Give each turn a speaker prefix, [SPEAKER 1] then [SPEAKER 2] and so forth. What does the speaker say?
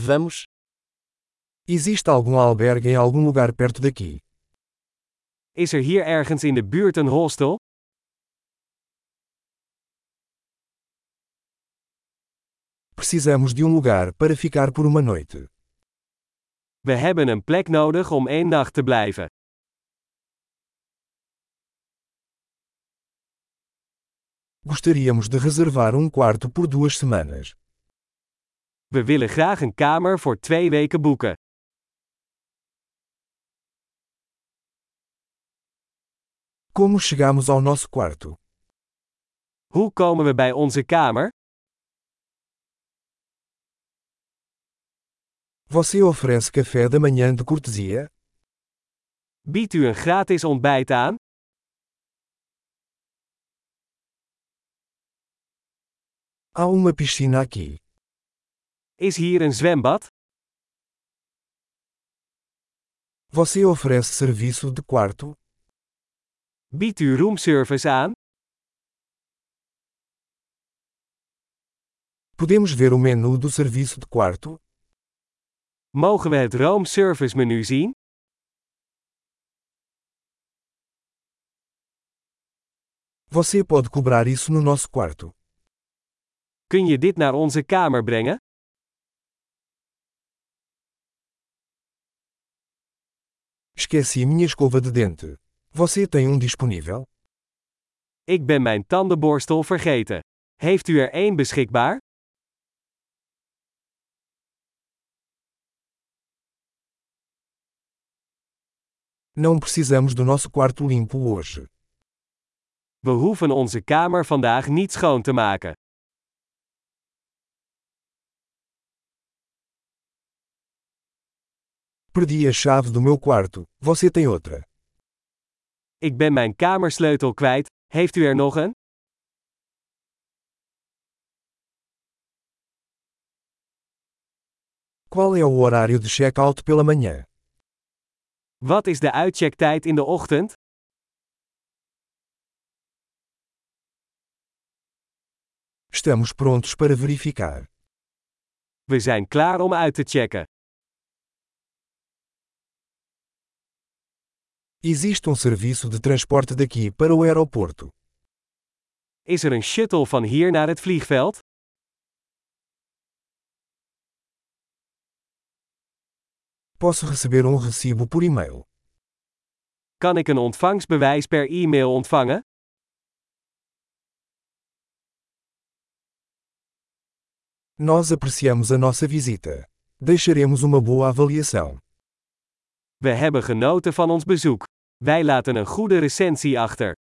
[SPEAKER 1] Vamos. Existe algum albergue em algum lugar perto daqui?
[SPEAKER 2] Is er hier ergens in de buurt een hostel?
[SPEAKER 1] Precisamos de um lugar para ficar por uma noite.
[SPEAKER 2] We hebben een plek nodig om één dag te blijven.
[SPEAKER 1] Gostaríamos de reservar um quarto por duas semanas.
[SPEAKER 2] We willen graag een kamer voor twee weken boeken.
[SPEAKER 1] Como chegamos ao nosso quarto?
[SPEAKER 2] Hoe komen we bij onze kamer?
[SPEAKER 1] Você oferece café da manhã de cortesia?
[SPEAKER 2] Biedt u een gratis ontbijt aan?
[SPEAKER 1] Há uma piscina aqui.
[SPEAKER 2] Is hier een zwembad?
[SPEAKER 1] Você oferece serviço de quarto?
[SPEAKER 2] Biedt u roomservice aan?
[SPEAKER 1] Podemos ver o menu do serviço de quarto?
[SPEAKER 2] Mogen we het roomservice menu zien?
[SPEAKER 1] Você pode cobrar isso no nosso quarto.
[SPEAKER 2] Kun je dit naar onze kamer brengen?
[SPEAKER 1] Esqueci minha escova de dente. Você tem um disponível?
[SPEAKER 2] Ik ben mijn tandenborstel vergeten. Heeft u er één beschikbaar?
[SPEAKER 1] Não precisamos do nosso quarto limpo hoje.
[SPEAKER 2] We hoeven onze kamer vandaag niet schoon te maken.
[SPEAKER 1] Perdi a chave do meu quarto. Você tem outra?
[SPEAKER 2] Ik ben mijn kamersleutel kwijt. Heeft u er nog een?
[SPEAKER 1] Qual é o horário de check-out pela manhã?
[SPEAKER 2] Wat is de uitchecktijd in de ochtend?
[SPEAKER 1] Estamos prontos para verificar.
[SPEAKER 2] We zijn klaar om uit te checken.
[SPEAKER 1] Existe um serviço de transporte daqui para o aeroporto.
[SPEAKER 2] Is er een shuttle van hier naar het vliegveld?
[SPEAKER 1] Posso receber um recibo por e-mail.
[SPEAKER 2] Kan ik een ontvangstbewijs per e-mail ontvangen?
[SPEAKER 1] Nós apreciamos a nossa visita. Deixaremos uma boa avaliação.
[SPEAKER 2] We hebben genoten van ons bezoek. Wij laten een goede recensie achter.